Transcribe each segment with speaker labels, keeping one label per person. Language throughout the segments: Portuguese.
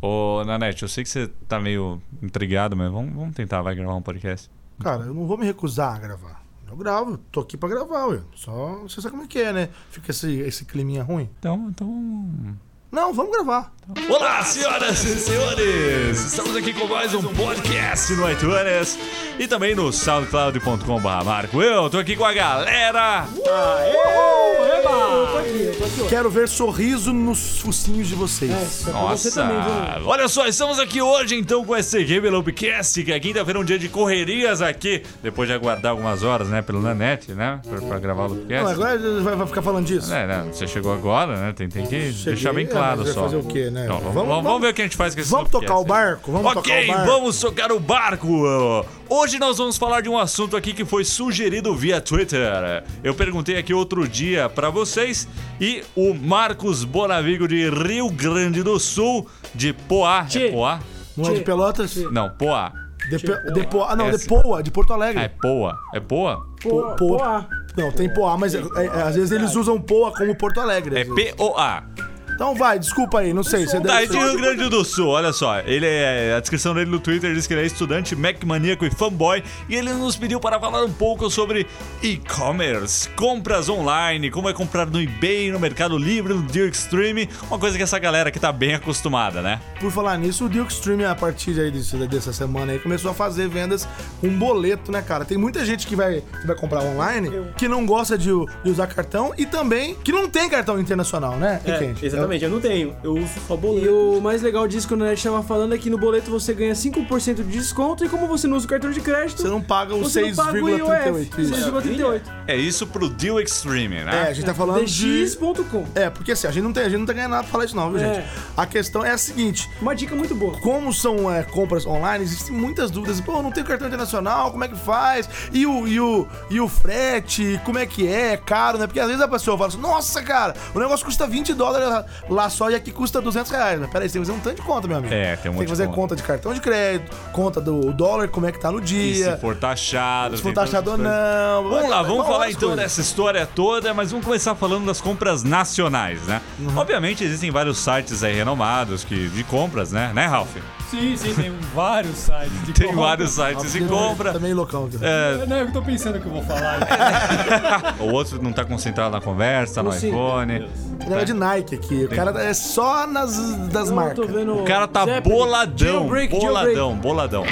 Speaker 1: Ô, Nanete, eu sei que você tá meio intrigado, mas vamos, vamos tentar, vai gravar um podcast.
Speaker 2: Cara, eu não vou me recusar a gravar. Eu gravo, tô aqui pra gravar, ué. Só você sabe como é que é, né? Fica esse, esse climinha ruim.
Speaker 1: Então, então.
Speaker 2: Não, vamos gravar.
Speaker 1: Olá, senhoras e senhores! Estamos aqui com mais um podcast no iTunes e também no soundcloud.com.br. Marco, eu tô aqui com a galera!
Speaker 2: Uh, Quero ver sorriso nos focinhos de vocês.
Speaker 1: É. Nossa! Olha só, estamos aqui hoje então com esse Game Lobcast, que é quinta-feira um dia de correrias aqui, depois de aguardar algumas horas, né, pelo Nanete, né, pra, pra gravar o
Speaker 2: Não,
Speaker 1: Lobcast.
Speaker 2: agora ele vai, vai ficar falando disso?
Speaker 1: É, né, você chegou agora, né, tem, tem que deixar bem
Speaker 2: é,
Speaker 1: claro
Speaker 2: mas vai
Speaker 1: só.
Speaker 2: fazer o quê, né?
Speaker 1: Então, vamos,
Speaker 2: Vamos-
Speaker 1: vamos- vamos ver
Speaker 2: vamos-
Speaker 1: o que a gente faz com esse
Speaker 2: Vamos
Speaker 1: Lobcast
Speaker 2: tocar o
Speaker 1: aí.
Speaker 2: barco? Vamos
Speaker 1: assim. ok,
Speaker 2: tocar o barco.
Speaker 1: vamos tocar o barco. Hoje nós vamos falar de um assunto aqui que foi sugerido via Twitter. Eu perguntei aqui outro dia pra vocês e o Marcos Bonavigo de Rio Grande do Sul, de Poá. É
Speaker 3: Tchê.
Speaker 1: Poá?
Speaker 2: Não é de
Speaker 3: Tchê.
Speaker 2: Pelotas?
Speaker 1: Não, Poá.
Speaker 2: De, Pe- de Poá. Não, de
Speaker 1: Essa.
Speaker 2: Poa, de Porto Alegre.
Speaker 1: assim. É Poá. É Poá?
Speaker 2: Po-
Speaker 3: Pô,
Speaker 2: Po-
Speaker 3: pô.
Speaker 2: Não, tem Poá, mas é- é- é, às vezes eles usam Poa como Porto Alegre.
Speaker 1: É
Speaker 2: às vezes.
Speaker 1: P-O-A.
Speaker 2: Então vai, desculpa aí, não sei. Você
Speaker 1: Tá,
Speaker 2: deve
Speaker 1: é de Rio Grande do Sul, olha só. Ele é, a descrição dele no Twitter diz que ele é estudante, Mac maníaco e fanboy. E ele nos pediu para falar um pouco sobre e-commerce, compras online, como é comprar no eBay, no Mercado Livre, no Dirk Stream. Uma coisa que essa galera que tá bem acostumada, né?
Speaker 2: Por falar nisso, o Duke Stream, a partir aí disso- dessa semana aí, começou a fazer vendas com boleto, né, cara? Tem muita gente que vai, que vai comprar online, que não gosta de, u- de usar cartão e também que não tem cartão internacional, né?
Speaker 4: É,
Speaker 2: Kent?
Speaker 4: exatamente, eu não tenho. Eu uso só
Speaker 3: E
Speaker 4: boleto.
Speaker 3: o mais legal disso que o Nanete estava falando é que no boleto você ganha 5% de desconto e como você não usa o cartão de crédito,
Speaker 2: Você não paga os
Speaker 3: você não paga o IOF.
Speaker 2: 6,38. isso.
Speaker 3: 6,38.
Speaker 1: É isso pro Dirk Stream,
Speaker 2: É, a
Speaker 1: né?
Speaker 2: gente
Speaker 3: Ah,
Speaker 2: tá falando de...
Speaker 3: DX.com.
Speaker 2: É, porque assim, a gente não, tem, a gente não tá ganhando nada pra falar isso não, viu,
Speaker 3: É.
Speaker 2: gente? A questão é a seguinte,
Speaker 3: Uma dica muito boa.
Speaker 2: como são é, compras online, existem muitas dúvidas. Pô, não tem cartão internacional, como é que faz? E o, e o, e o frete, como é que é? É caro, né? Porque às vezes a pessoa fala assim, nossa, cara, o negócio custa 20 dólares lá- lá só e aqui custa 200 reais. Mas peraí, você tem que fazer um tanto de conta, meu amigo.
Speaker 1: É, tem um monte
Speaker 2: Tem
Speaker 1: de
Speaker 2: que fazer
Speaker 1: conta.
Speaker 2: conta. de cartão de crédito, conta do dólar, como é que tá no
Speaker 1: E se
Speaker 2: dia,
Speaker 1: for taxado,
Speaker 2: se for
Speaker 1: tem todas
Speaker 2: taxado ou
Speaker 1: as coisas.
Speaker 2: não. é
Speaker 1: Vamos lá, vamos
Speaker 2: Uma hora
Speaker 1: falar
Speaker 2: as
Speaker 1: então
Speaker 2: coisas.
Speaker 1: dessa história toda, mas vamos começar falando das compras nacionais, né?
Speaker 2: Uhum.
Speaker 1: Obviamente existem vários sites aí renomados que, de compras, né? Né, Ralph?
Speaker 5: Sim, sim, tem vários sites de
Speaker 1: Tem
Speaker 5: compra.
Speaker 1: vários
Speaker 2: Tá
Speaker 1: sites de compra.
Speaker 2: Também loucão. viu?
Speaker 1: É,
Speaker 5: É, Não, eu tô pensando o que eu vou
Speaker 3: É,
Speaker 5: falar.
Speaker 1: o outro não tá concentrado na conversa, no
Speaker 3: Não, sim.
Speaker 1: iPhone.
Speaker 2: Não
Speaker 1: tá.
Speaker 2: é de Nike aqui. O cara é só nas das
Speaker 3: Eu
Speaker 2: marcas.
Speaker 3: tô vendo
Speaker 1: O cara tá
Speaker 3: Zeppelin,
Speaker 1: boladão,
Speaker 3: Jailbreak,
Speaker 1: boladão,
Speaker 3: Jailbreak.
Speaker 1: boladão.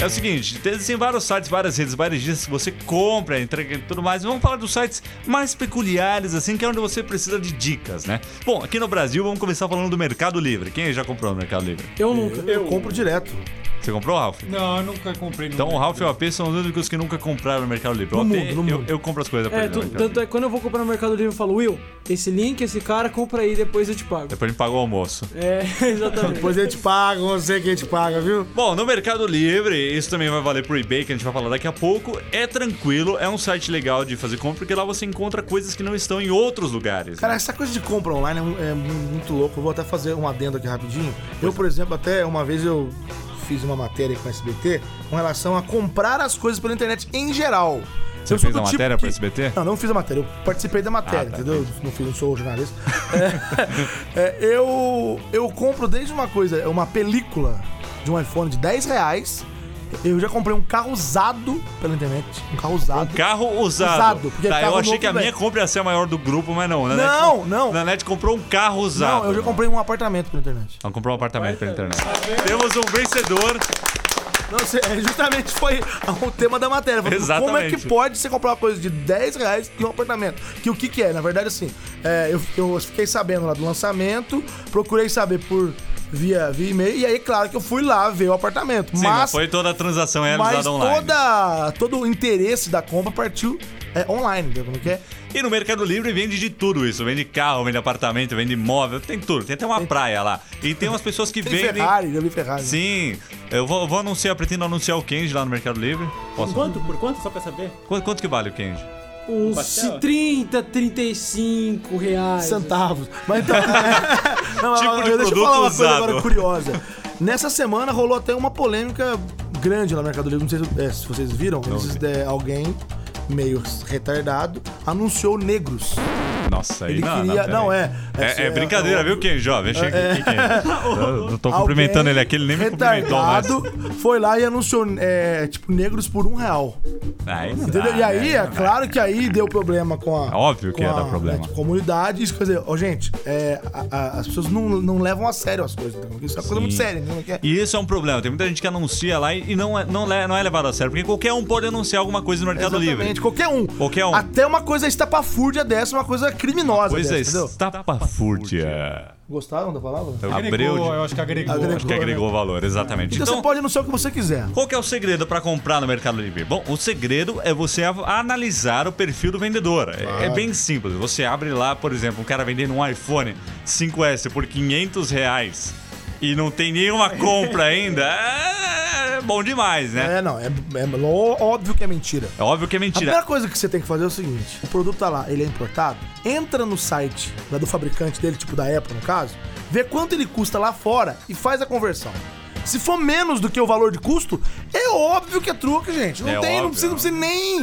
Speaker 1: É o seguinte, existem vários sites, várias redes, várias dias que você compra, entrega e tudo mais. Vamos falar dos sites mais peculiares, assim, que é onde você precisa de dicas, né? Bom, aqui no Brasil, vamos começar falando do Mercado Livre. Quem aí já comprou no Mercado Livre?
Speaker 3: Eu nunca.
Speaker 2: Eu compro direto.
Speaker 1: Você comprou, Ralph?
Speaker 5: Não, eu nunca comprei.
Speaker 1: Então o Ralph e o AP são os únicos que nunca compraram no Mercado Livre. O AP,
Speaker 2: No mundo, no
Speaker 1: eu,
Speaker 2: mundo.
Speaker 1: eu compro as coisas pra
Speaker 3: É,
Speaker 1: ele. no
Speaker 3: tu-
Speaker 1: Mercado
Speaker 3: tanto
Speaker 1: Livre.
Speaker 3: é que quando eu vou comprar no Mercado Livre eu falo, Will, esse link, esse cara, compra aí, depois eu te pago.
Speaker 1: Depois ele pagou o almoço.
Speaker 3: É, exatamente.
Speaker 2: Depois eles te pagam, não sei quem te paga, viu?
Speaker 1: Bom, no Mercado Livre, isso também vai valer pro eBay, que a gente vai falar daqui a pouco. É tranquilo, é um site legal de fazer compra, porque lá você encontra coisas que não estão em outros lugares.
Speaker 2: Cara, essa coisa de compra online é mu- é, mu- muito louco. Eu vou até fazer um adendo aqui rapidinho. Eu, por exemplo, até uma vez eu fiz uma matéria com a SBT com relação a comprar as coisas pela internet em geral.
Speaker 1: Você
Speaker 2: eu sou
Speaker 1: fez
Speaker 2: do
Speaker 1: a
Speaker 2: tipo
Speaker 1: matéria
Speaker 2: que-
Speaker 1: pro SBT?
Speaker 2: Não, não fiz a matéria. Eu participei da matéria,
Speaker 1: Ah, tá,
Speaker 2: entendeu? Eu Não, fiz, não sou jornalista. É, é, eu, eu compro desde uma coisa, é uma película de um iPhone de 10 reais. Eu já comprei um carro usado pela internet. Um carro usado.
Speaker 1: Carro usado.
Speaker 2: Usado, porque
Speaker 1: tá,
Speaker 2: carro
Speaker 1: eu achei
Speaker 2: novo
Speaker 1: que a
Speaker 2: também.
Speaker 1: minha compra ia ser a maior do grupo, mas não. Na
Speaker 2: Não,
Speaker 1: net,
Speaker 2: não.
Speaker 1: Na net comprou um carro usado.
Speaker 2: Não, eu já comprei um apartamento pela internet.
Speaker 1: Ela comprou um apartamento pela internet. Temos um vencedor.
Speaker 2: Não, você- é, justamente foi o tema da matéria. Falando,
Speaker 1: Exatamente.
Speaker 2: Como é que pode você comprar uma coisa de 10 reais e um apartamento? Que o que que é? Na verdade, assim, é, eu, eu fiquei sabendo lá do lançamento, procurei saber por via, via e-mail, e aí, claro que eu fui lá ver o apartamento.
Speaker 1: Sim, não
Speaker 2: mas
Speaker 1: foi toda a transação é realizada
Speaker 2: mas
Speaker 1: online.
Speaker 2: toda, todo o interesse da compra partiu é, online, entendeu como que é?
Speaker 1: E no Mercado Livre vende de tudo isso. Vende carro, vende apartamento, vende imóvel, tem tudo. Tem até uma praia lá. E tem umas pessoas que
Speaker 2: Tem
Speaker 1: vendem.
Speaker 2: Ferrari, já vi Ferrari. né?
Speaker 1: Sim, eu vou, vou anunciar, eu pretendo anunciar o Kenji lá no Mercado Livre. Posso? Qu-
Speaker 4: Quanto? Por quanto? Só pra saber?
Speaker 1: Quanto, que vale o Kenji?
Speaker 3: Uns
Speaker 4: Pastel?
Speaker 3: 30, 35 reais.
Speaker 2: centavos. Mas então. não, mas,
Speaker 1: Tipo
Speaker 2: mas
Speaker 1: de
Speaker 2: deixa eu
Speaker 1: produto
Speaker 2: falar uma coisa
Speaker 1: usado.
Speaker 2: agora curiosa. Nessa semana rolou até uma polêmica grande lá no Mercado Livre. Não sei se, é, se vocês viram. Eles,
Speaker 1: vi.
Speaker 2: é, alguém meio retardado anunciou negros
Speaker 1: Nossa, aí
Speaker 2: Ele
Speaker 1: não,
Speaker 2: queria-
Speaker 1: não,
Speaker 2: não,
Speaker 1: peraí.
Speaker 2: é-
Speaker 1: É, é brincadeira, viu, Ken? Jovem, achei que. que- que- Não, não tô
Speaker 2: Alguém
Speaker 1: cumprimentando ele aqui, ele nem me cumprimentou mais.
Speaker 2: retardado foi lá e anunciou, é, tipo, negros por um real.
Speaker 1: Aí não
Speaker 2: Entendeu?
Speaker 1: dá,
Speaker 2: e aí,
Speaker 1: né?
Speaker 2: é claro que aí deu problema com a.
Speaker 1: É óbvio que
Speaker 2: com
Speaker 1: ia
Speaker 2: a,
Speaker 1: dar problema.
Speaker 2: né, comunidade, isso quer dizer, ó, gente, é, a- a- as pessoas não, não levam a sério as coisas. Então, isso é uma coisa muito séria, né? Que é-
Speaker 1: E isso é um problema. Tem muita gente que anuncia lá e e não é, não é, não é levado a sério. Porque qualquer um pode anunciar alguma coisa no Mercado Livre.
Speaker 2: Exatamente, qualquer um.
Speaker 1: Qualquer um.
Speaker 2: Até uma coisa estapafúrdia dessa, uma coisa criminosa
Speaker 1: Coisa
Speaker 2: dessa, entendeu?
Speaker 1: estapafúrdia.
Speaker 2: Gostaram da palavra?
Speaker 1: Abreu de...
Speaker 5: eu acho que agregou. né?
Speaker 2: Agregou.
Speaker 1: Acho que agregou valor, exatamente.
Speaker 2: Então, você pode anunciar o que você quiser.
Speaker 1: Qual que é o segredo para comprar no Mercado Livre? Bom, o segredo é você av- analisar o perfil do vendedor. É- É bem simples. Você abre lá, por exemplo, um cara vendendo um iPhone 5S por 500 reais e não tem nenhuma compra ainda. É bom demais, né?
Speaker 2: É, não, é, é ó- óbvio que é mentira.
Speaker 1: É óbvio que é
Speaker 2: A primeira
Speaker 1: mentira.
Speaker 2: coisa que você tem que fazer é o seguinte: o produto tá lá, ele é importado, entra no site da- do fabricante dele, tipo da Apple no caso, vê quanto ele custa lá fora e faz a conversão. Se for menos do que o valor de custo, é óbvio que é truque, gente. Não
Speaker 1: É
Speaker 2: tem, não
Speaker 1: óbvio.
Speaker 2: precisa, não precisa nem. Você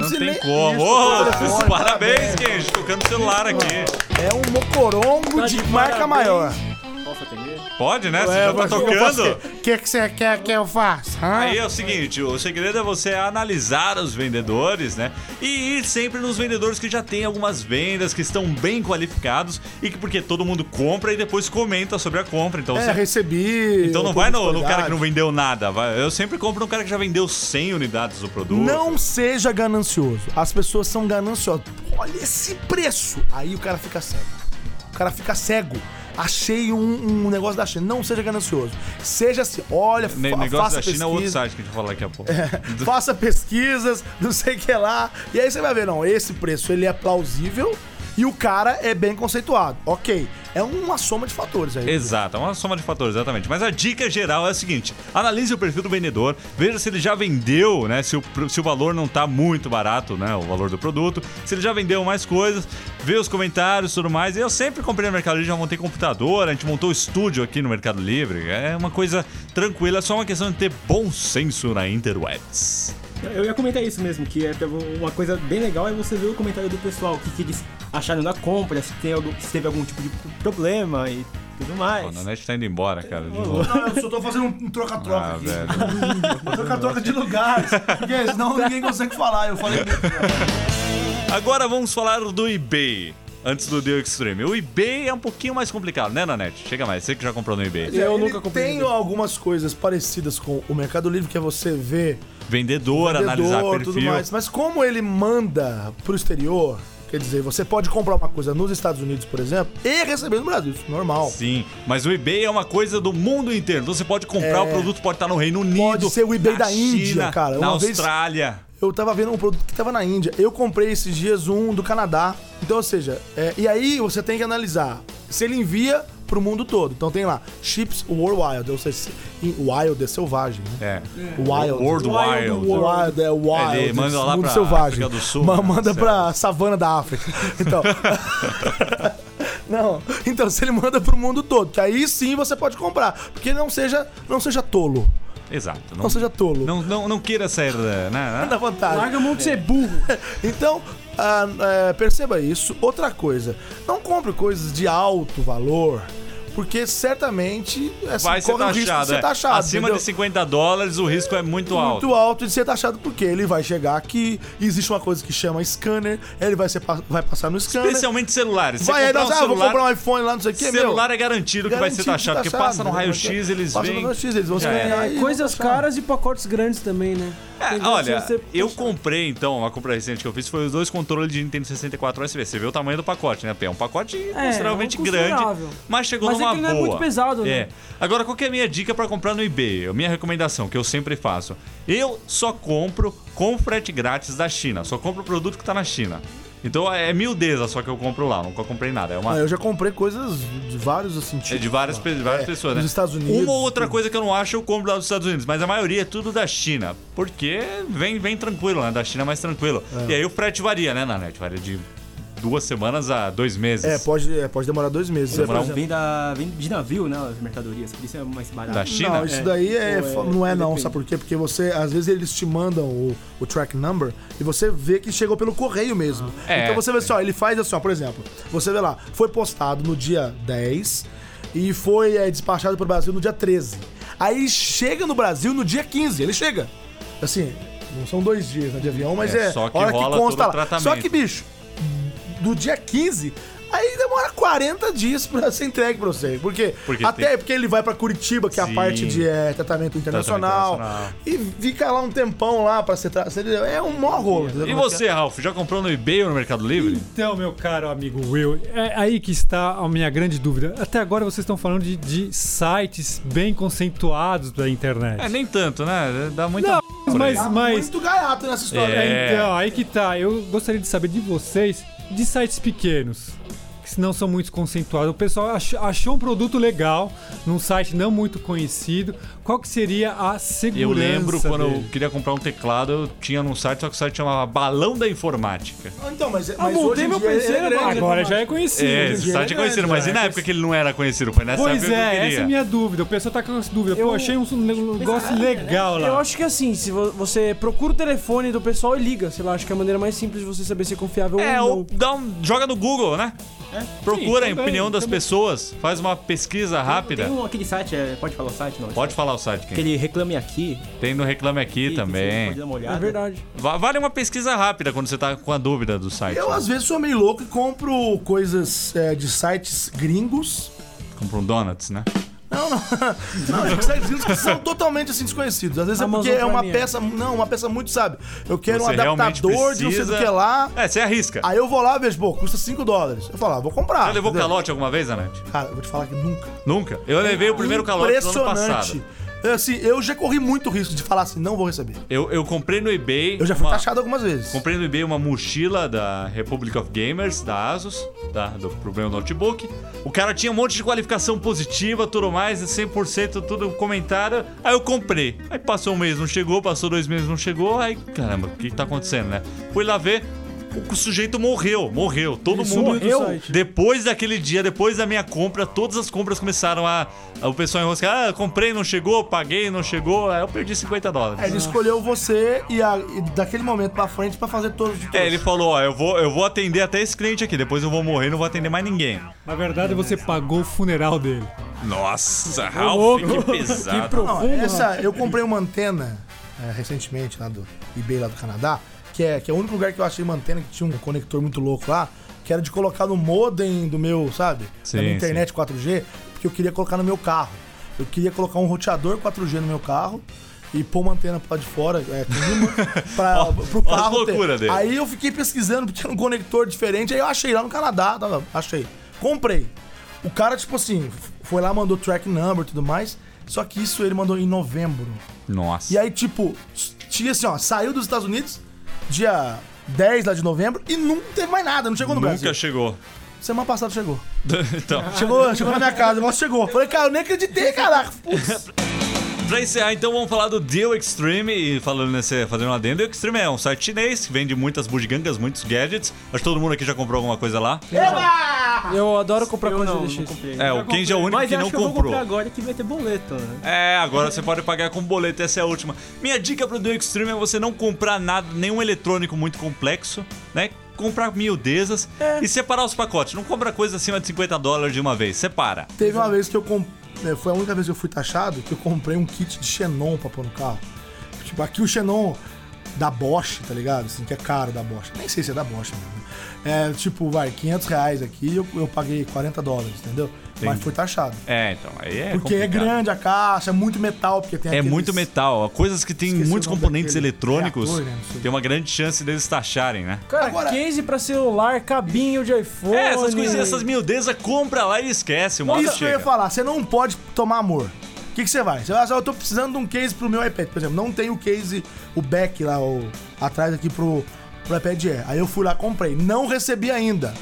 Speaker 1: Não
Speaker 2: precisa
Speaker 1: tem
Speaker 2: nem.
Speaker 1: como.
Speaker 2: Isso,
Speaker 1: Ô,
Speaker 2: telefone,
Speaker 1: parabéns, Kenji, tocando celular aqui.
Speaker 2: É um mocorongo
Speaker 4: Tá
Speaker 2: de,
Speaker 4: de
Speaker 2: marca
Speaker 4: parabéns.
Speaker 2: maior.
Speaker 4: Posso atender?
Speaker 1: Pode, né?
Speaker 2: é,
Speaker 1: Você já tá tocando.
Speaker 2: O que que você quer que eu faça? hã?
Speaker 1: Aí é o seguinte, o segredo é você analisar os vendedores, né? E ir sempre nos vendedores que já têm algumas vendas, que estão bem qualificados e que porque todo mundo compra e depois comenta sobre a compra. Então
Speaker 2: É,
Speaker 1: você-
Speaker 2: recebi.
Speaker 1: então não
Speaker 2: o
Speaker 1: vai no, no
Speaker 2: produto
Speaker 1: cara que não
Speaker 2: qualidade.
Speaker 1: vendeu nada. vai- Eu sempre compro no cara que já vendeu 100 unidades do produto.
Speaker 2: Não seja ganancioso. As pessoas são gananciosas. Olha esse preço. Aí o cara fica cego. O cara fica cego. Achei um, um negócio da China. Não seja ganancioso. Seja assim. Olha,
Speaker 1: Ne-
Speaker 2: fa-
Speaker 1: negócio
Speaker 2: faça
Speaker 1: da China é outro
Speaker 2: pesquisa. É.
Speaker 1: site que a gente vai falar daqui a pouco.
Speaker 2: faça pesquisas, não sei o que lá. E aí você vai ver, não, esse preço ele é plausível e o cara é bem conceituado. Ok. É uma soma de fatores aí.
Speaker 1: Exato, é uma soma de fatores, exatamente. Mas a dica geral é a seguinte: analise o perfil do vendedor, veja se ele já vendeu, né? Se o, pr- se o valor não tá muito barato, né? O valor do produto, se ele já vendeu mais coisas, vê os comentários e tudo mais. Eu sempre comprei no Mercado Livre, já montei computador, a gente montou estúdio aqui no Mercado Livre. É uma coisa tranquila, é só uma questão de ter bom senso na interwebs.
Speaker 4: Eu ia comentar isso mesmo, que é uma coisa bem legal é você ver o comentário do pessoal, o que, que eles acharam da compra, se, tem algum- se teve algum tipo de problema e tudo
Speaker 1: Pô, a
Speaker 4: mais.
Speaker 1: net tá indo embora, cara. De novo.
Speaker 2: Não, eu só tô fazendo um troca-troca
Speaker 1: Ah,
Speaker 2: aqui.
Speaker 1: velho.
Speaker 2: Troca-troca de lugares. Porque senão ninguém consegue falar. Eu falei né? muito.
Speaker 1: Agora vamos falar do eBay. Antes do Deal Extreme. O eBay é um pouquinho mais complicado, né, Nanete? Chega mais, você que já comprou no eBay.
Speaker 3: Eu
Speaker 2: é, Ele
Speaker 3: nunca comprei
Speaker 2: Tem
Speaker 3: ninguém.
Speaker 2: algumas coisas parecidas com o Mercado Livre que é você ver
Speaker 1: Vendedor, analisar
Speaker 2: vendedor,
Speaker 1: perfil.
Speaker 2: tudo mais. Mas como ele manda pro exterior, quer dizer, você pode comprar uma coisa nos Estados Unidos, por exemplo, e receber no Brasil. Isso é normal.
Speaker 1: Sim, mas o eBay é uma coisa do mundo inteiro. Então você pode comprar o produto, pode estar no Reino Unido.
Speaker 2: É. Pode ser o eBay
Speaker 1: na
Speaker 2: da Índia,
Speaker 1: China,
Speaker 2: cara.
Speaker 1: Na
Speaker 2: Uma vez-
Speaker 1: Austrália.
Speaker 2: Eu tava vendo um produto que tava na Índia. Eu comprei esses dias um do Canadá. Então, ou seja, é, e aí você tem que analisar se ele envia pro mundo todo. Então tem lá, chips worldwide, ou seja, se- em- wild é selvagem, né?
Speaker 1: É.
Speaker 2: Wild.
Speaker 1: World Wild.
Speaker 2: Wild, é wild.
Speaker 1: Ele manda lá
Speaker 2: mundo
Speaker 1: pra
Speaker 2: selvagem.
Speaker 1: África do Sul,
Speaker 2: Ma-
Speaker 1: né?
Speaker 2: manda
Speaker 1: Certo.
Speaker 2: pra savana da África. Então. Não, então se ele manda pro mundo todo, que aí sim você pode comprar, porque não seja, não seja tolo,
Speaker 1: Exato.
Speaker 2: não seja tolo.
Speaker 1: Não, não, não queira sair da. Né?
Speaker 2: Dá vontade.
Speaker 3: Larga a mão de ser burro.
Speaker 2: Então, ah, é, perceba isso. Outra coisa, não compre coisas de alto valor, porque certamente assim,
Speaker 1: Vai ser
Speaker 2: corre o risco de
Speaker 1: taxado.
Speaker 2: ser
Speaker 1: é.
Speaker 2: taxado.
Speaker 1: Acima
Speaker 2: entendeu?
Speaker 1: de 50 dólares, o risco é muito alto.
Speaker 2: muito alto né? de ser taxado porque ele vai chegar aqui, existe uma coisa que chama scanner, ele vai, ser, pa- vai passar no scanner.
Speaker 1: Especialmente celulares. Você
Speaker 2: vai aí,
Speaker 1: comprar
Speaker 2: nós,
Speaker 1: um
Speaker 2: ah, vou
Speaker 1: celular,
Speaker 2: comprar um iPhone lá, não sei o que,
Speaker 1: celular
Speaker 2: meu.
Speaker 1: é garantido que vai ser taxado, porque passa no raio-x, eles
Speaker 2: passa
Speaker 1: veem.
Speaker 2: no raio-x, eles vão
Speaker 1: Já
Speaker 2: scannear
Speaker 1: era.
Speaker 2: e vão
Speaker 3: É, Coisas
Speaker 2: taxar.
Speaker 3: caras e pacotes grandes também, né?
Speaker 1: É,
Speaker 3: Tem vezes
Speaker 1: olha,
Speaker 3: você-
Speaker 1: eu comprei então, uma compra recente que eu fiz foi os dois controles de Nintendo 64 USB. Você vê o tamanho do pacote, né, Pé? É um pacote consideravelmente
Speaker 3: é um
Speaker 1: grande,
Speaker 3: considerável.
Speaker 1: mas chegou
Speaker 3: Mas é
Speaker 1: numa
Speaker 3: que ele
Speaker 1: boa.
Speaker 3: não é muito pesado, né?
Speaker 1: É. Agora, qual que é a minha dica pra comprar no eBay? A minha recomendação, que eu sempre faço. Eu só compro com frete grátis da China. Só compro o produto que tá na China. Então é miudeza só que eu compro lá. Nunca comprei nada. É uma...
Speaker 2: Ah, eu já comprei coisas de vários assim,
Speaker 1: É
Speaker 2: tipos,
Speaker 1: de várias, pe- várias pessoas, né?
Speaker 2: É, dos Estados Unidos,
Speaker 1: Uma ou outra coisa que eu não acho, eu compro lá dos Estados Unidos. Mas a maioria é tudo da China. Porque vem, vem tranquilo, né? Da China é mais tranquilo. E aí o frete varia, né, Nanete? Varia de duas semanas a dois meses.
Speaker 2: É, pode, é, pode demorar dois meses.
Speaker 1: Demorar
Speaker 2: É,
Speaker 1: um
Speaker 2: por exemplo,
Speaker 4: Vem, da, vem de navio, né? As mercadorias, por isso é mais barato.
Speaker 1: Da China?
Speaker 2: Não, isso
Speaker 4: É.
Speaker 2: daí é,
Speaker 4: Ou é-
Speaker 2: não é não,
Speaker 4: depende.
Speaker 2: sabe por quê? Porque você, às vezes eles te mandam o, o track number e você vê que chegou pelo correio mesmo.
Speaker 1: É.
Speaker 2: Então você vê assim, ó, ele faz assim, ó, por exemplo, você vê lá, foi postado no dia 10 e foi é, despachado pro Brasil no dia 13. Aí chega no Brasil no dia 15, ele chega. Assim, não são dois dias né, de avião, mas
Speaker 1: É,
Speaker 2: é,
Speaker 1: só que
Speaker 2: hora
Speaker 1: rola
Speaker 2: que consta
Speaker 1: todo o
Speaker 2: lá. Só
Speaker 1: tratamento.
Speaker 2: que, bicho, do dia 15, aí demora 40 dias pra ser entregue pra você. Por quê?
Speaker 1: Porque
Speaker 2: Até
Speaker 1: tem-
Speaker 2: porque ele vai pra Curitiba, que é
Speaker 1: Sim.
Speaker 2: a parte de é, tratamento, internacional,
Speaker 1: internacional.
Speaker 2: E fica lá um tempão lá pra ser tratado. É um mó rolo. entendeu?
Speaker 1: E você, Ralph, já comprou no eBay ou no Mercado Livre?
Speaker 5: Então, meu caro amigo Will, é aí que está a minha grande dúvida. Até agora vocês estão falando de, de sites bem conceituados da internet.
Speaker 1: É, nem tanto, né? Dá muita.
Speaker 5: Não,
Speaker 1: por aí.
Speaker 5: mas, mas
Speaker 2: Muito gaiato nessa história. né?
Speaker 1: É.
Speaker 5: Então, aí que tá. Eu gostaria de saber de vocês, de sites pequenos, que se não são muito conceituados. O pessoal ach- achou um produto legal num site não muito conhecido. Qual que seria a segurança?
Speaker 1: Eu lembro quando
Speaker 5: dele?
Speaker 1: eu queria comprar um teclado, eu tinha num site, só que o site chamava Balão da Informática.
Speaker 2: Então, mas,
Speaker 3: Ah,
Speaker 2: mas hoje
Speaker 3: montei
Speaker 2: em
Speaker 3: meu
Speaker 2: dia
Speaker 3: PC,
Speaker 2: é grande,
Speaker 3: agora
Speaker 2: automático.
Speaker 5: já é conhecido.
Speaker 1: é,
Speaker 5: hoje em
Speaker 1: esse
Speaker 5: dia
Speaker 1: site é
Speaker 5: grande,
Speaker 1: conhecido, mas
Speaker 5: né?
Speaker 1: e na época que ele não era conhecido? Foi nessa
Speaker 5: Pois
Speaker 1: época que eu
Speaker 5: é,
Speaker 1: queria.
Speaker 5: essa é a minha dúvida. O pessoal tá com essa dúvida. Pô,
Speaker 3: Eu-
Speaker 5: achei um negócio
Speaker 2: é.
Speaker 5: legal lá.
Speaker 3: Eu acho que assim, se vo- você procura o telefone do pessoal e liga, sei lá, acho que é a maneira mais simples de você saber se é confiável
Speaker 1: É,
Speaker 3: ou não.
Speaker 1: ou dá um, joga no Google, né? Procura
Speaker 5: Sim,
Speaker 1: a
Speaker 5: também,
Speaker 1: opinião das
Speaker 5: também.
Speaker 1: pessoas, faz uma pesquisa rápida.
Speaker 4: Tem um, aquele site, é, pode falar o site? Não,
Speaker 1: Pode falar o site, quem?
Speaker 4: Aquele Reclame Aqui.
Speaker 1: Tem no Reclame Aqui
Speaker 4: que você
Speaker 1: também.
Speaker 4: Pode dar uma olhada.
Speaker 3: É verdade.
Speaker 1: Va- Vale uma pesquisa rápida quando você tá com a dúvida do site. né?
Speaker 2: Eu, às vezes, sou meio louco e compro coisas é, de sites gringos.
Speaker 1: Compra um donuts, né?
Speaker 2: Não, não. Não, de sites gringos que são totalmente assim desconhecidos. Às vezes
Speaker 3: Amazon
Speaker 2: é porque é uma
Speaker 3: Prime.
Speaker 2: peça. Não, uma peça muito, sabe? Eu quero
Speaker 1: Você
Speaker 2: um
Speaker 1: realmente
Speaker 2: adaptador de não sei do
Speaker 1: precisa.
Speaker 2: que lá.
Speaker 1: É, você arrisca.
Speaker 2: Aí eu vou lá e vejo, pô, custa 5 dólares. Eu falo, ah, vou comprar.
Speaker 1: Já levou
Speaker 2: entendeu?
Speaker 1: calote alguma vez, Anete?
Speaker 2: Cara, eu vou te falar que nunca.
Speaker 1: Nunca. Eu levei o primeiro calote do ano
Speaker 2: Impressionante.
Speaker 1: passado.
Speaker 2: Assim, eu já corri muito risco de falar assim, não vou receber.
Speaker 1: Eu, eu comprei no eBay.
Speaker 2: Eu já fui
Speaker 1: uma-
Speaker 2: taxado algumas vezes.
Speaker 1: Comprei no eBay uma mochila da Republic of Gamers, da Asus, da, do problema notebook. O cara tinha um monte de qualificação positiva, tudo mais, 100% tudo comentário. Aí eu comprei. Aí passou um mês, não chegou, passou dois meses, não chegou. Aí, caramba, o que tá acontecendo, né? Fui lá ver, o sujeito morreu, morreu. Todo
Speaker 3: Ele
Speaker 1: mundo.
Speaker 3: sumiu do
Speaker 1: Eu,
Speaker 3: site.
Speaker 1: depois daquele dia, depois da minha compra, todas as compras começaram a. a- O pessoal enroscar, ah, comprei, não chegou, paguei, não chegou. Aí eu perdi 50 dólares.
Speaker 2: É, Ele escolheu você e, a- e daquele momento pra frente pra fazer todos de todos.
Speaker 1: É, ele falou, ó, eu vou, eu vou atender até esse cliente aqui, depois eu vou morrer e não vou atender mais ninguém.
Speaker 5: Na verdade, você pagou o funeral dele.
Speaker 1: Nossa,
Speaker 5: Ô,
Speaker 1: Ralph,
Speaker 5: louco.
Speaker 1: que pesado.
Speaker 2: Não,
Speaker 5: profundo,
Speaker 1: né?
Speaker 2: essa, eu comprei uma antena é, recentemente lá do eBay lá do Canadá, que é, que é o único lugar que eu achei uma antena que tinha um conector muito louco lá, que era de colocar no modem do meu, sabe?
Speaker 1: Sim,
Speaker 2: da minha internet 4G, porque eu queria colocar no meu carro. Eu queria colocar um roteador 4G no meu carro. E pôr uma antena pra de fora, é, com uma, pra, pro
Speaker 1: ó as
Speaker 2: carro. ter.
Speaker 1: loucura dele.
Speaker 2: Aí eu fiquei pesquisando, porque tinha um conector diferente. Aí eu achei lá no Canadá, tava- achei. Comprei. O cara, tipo assim, f- foi lá, mandou track number e tudo mais. Só que isso ele mandou em novembro.
Speaker 1: Nossa.
Speaker 2: E aí, tipo, s- tinha assim, ó, saiu dos Estados Unidos, dia 10 lá de novembro, e nunca teve mais nada, não chegou no
Speaker 1: Nunca
Speaker 2: Brasil.
Speaker 1: chegou.
Speaker 2: Semana passada chegou.
Speaker 1: então,
Speaker 2: Chegou, chegou na minha casa, mas chegou. Falei, cara, eu nem acreditei, caraca. Putz.
Speaker 1: pra encerrar, então vamos falar do Deal Extreme e falando nesse, fazendo um adendo, o Extreme é um site chinês que vende muitas bugigangas, muitos gadgets. Acho que todo mundo aqui já comprou alguma coisa lá.
Speaker 3: Eu adoro comprar
Speaker 4: Eu
Speaker 3: coisa
Speaker 4: não,
Speaker 3: de
Speaker 4: não
Speaker 3: X.
Speaker 4: comprei.
Speaker 1: É, o Kenji é o único
Speaker 4: Mas
Speaker 1: que
Speaker 4: acho
Speaker 1: não
Speaker 4: que eu vou
Speaker 1: comprou.
Speaker 4: comprar agora que vai ter boleto, né?
Speaker 1: É, agora você pode pagar com boleto, essa é a última. Minha dica pro Dual Extreme é você não comprar nada, nenhum eletrônico muito complexo, né? Comprar miudezas
Speaker 2: É.
Speaker 1: e separar os pacotes. Não compra coisa acima de 50 dólares de uma vez, separa.
Speaker 2: Teve uma vez que eu comprei. Foi a única vez que eu fui taxado que eu comprei um kit de Xenon pra pôr no carro. Tipo, aqui o Xenon da Bosch, tá ligado? Assim, que é caro da Bosch. Nem sei se é da Bosch mesmo. É, tipo, vai, 500 reais aqui eu, eu paguei 40 dólares, entendeu? Mas
Speaker 1: Entendi.
Speaker 2: fui taxado.
Speaker 1: É, então, aí é
Speaker 2: porque é
Speaker 1: complicado.
Speaker 2: grande a caixa, é muito metal, porque tem
Speaker 1: É
Speaker 2: aqueles-
Speaker 1: muito metal, coisas que tem
Speaker 2: Esqueci o
Speaker 1: muitos
Speaker 2: nome
Speaker 1: componentes
Speaker 2: daquele
Speaker 1: eletrônicos,
Speaker 2: reator, né? Não sei.
Speaker 1: tem uma grande chance deles taxarem, né?
Speaker 3: Cara,
Speaker 2: Agora-
Speaker 3: case pra celular, cabinho de iPhone.
Speaker 1: É, essas coisinhas, essas miudezas, compra lá e esquece, uma hora
Speaker 2: Isso que eu ia
Speaker 1: chega.
Speaker 2: falar, você não pode tomar amor. O que, que você vai? Você vai assim, "Ah, eu tô precisando de um case pro meu iPad. Por exemplo, não tem o case, o back lá, o, atrás aqui pro, pro iPad Air. Aí eu fui lá, comprei. Não recebi ainda.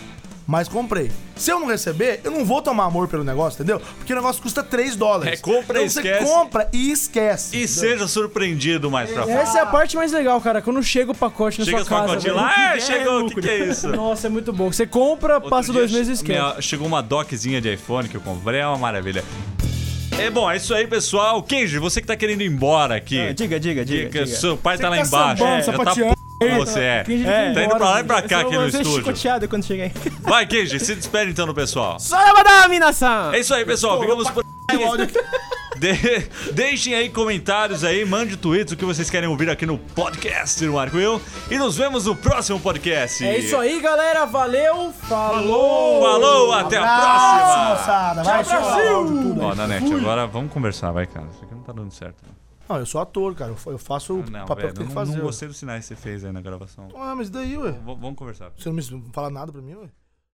Speaker 2: mas comprei. Se eu não receber, eu não vou tomar amor pelo negócio, entendeu? Porque o negócio custa 3 dólares. Então,
Speaker 1: É, compra e
Speaker 2: você
Speaker 1: esquece.
Speaker 2: compra e esquece.
Speaker 1: E seja surpreendido mais pra frente.
Speaker 3: Essa é a parte mais legal, cara. Quando chega o pacote
Speaker 2: é
Speaker 3: na
Speaker 1: Chega os
Speaker 3: sua casa.
Speaker 1: pacotinhos
Speaker 2: né?
Speaker 3: velho,
Speaker 1: lá,
Speaker 3: o
Speaker 1: "Ah, chegou, o que que é isso?"
Speaker 3: Nossa, é muito bom. Você compra,
Speaker 1: Outro
Speaker 3: passa dois
Speaker 1: dia
Speaker 3: meses e
Speaker 1: che-
Speaker 3: esquece.
Speaker 1: minha- Chegou uma doczinha de iPhone que eu comprei, é uma maravilha. É bom, é isso aí, pessoal. Queijo, você que tá querendo ir embora aqui.
Speaker 4: Ah, diga, diga, diga,
Speaker 1: que
Speaker 4: diga.
Speaker 1: seu pai tá lá
Speaker 2: tá
Speaker 1: embaixo.
Speaker 2: sambando,
Speaker 1: já tá
Speaker 2: sapateando.
Speaker 1: p... com você, é.
Speaker 3: Queijo,
Speaker 1: é.
Speaker 3: ele
Speaker 1: Tá indo
Speaker 3: embora,
Speaker 1: pra lá e pra cá
Speaker 4: Eu
Speaker 1: aqui
Speaker 4: vou
Speaker 1: no
Speaker 4: ser
Speaker 1: estúdio.
Speaker 4: chicoteado quando chegar aí.
Speaker 1: Vai, Queijo, se despede então do pessoal.
Speaker 4: Só
Speaker 1: É isso aí, pessoal. Ficamos por. De- Deixem aí comentários aí, mande tweets o que vocês querem ouvir aqui no podcast do Marco e eu. E nos vemos no próximo podcast.
Speaker 3: É isso aí, galera. Valeu, falou.
Speaker 1: Falou, até a
Speaker 2: Abraço,
Speaker 1: próxima.
Speaker 2: moçada. Vai,
Speaker 3: Tchau,
Speaker 2: chega
Speaker 3: Brasil.
Speaker 2: logo de tudo aí.
Speaker 1: Ó, Nanete, agora vamos conversar, vai, cara. Isso aqui não tá dando certo. não.
Speaker 2: Não, eu sou ator, cara. Eu fa- Eu faço o
Speaker 1: Não, velho,
Speaker 2: papel que tem
Speaker 1: não,
Speaker 2: que
Speaker 1: não
Speaker 2: fazer.
Speaker 1: gostei dos sinais que você fez aí na gravação.
Speaker 2: Ah, mas daí, ué.
Speaker 1: V- vamos conversar.
Speaker 2: Você não me não fala nada pra mim, ué?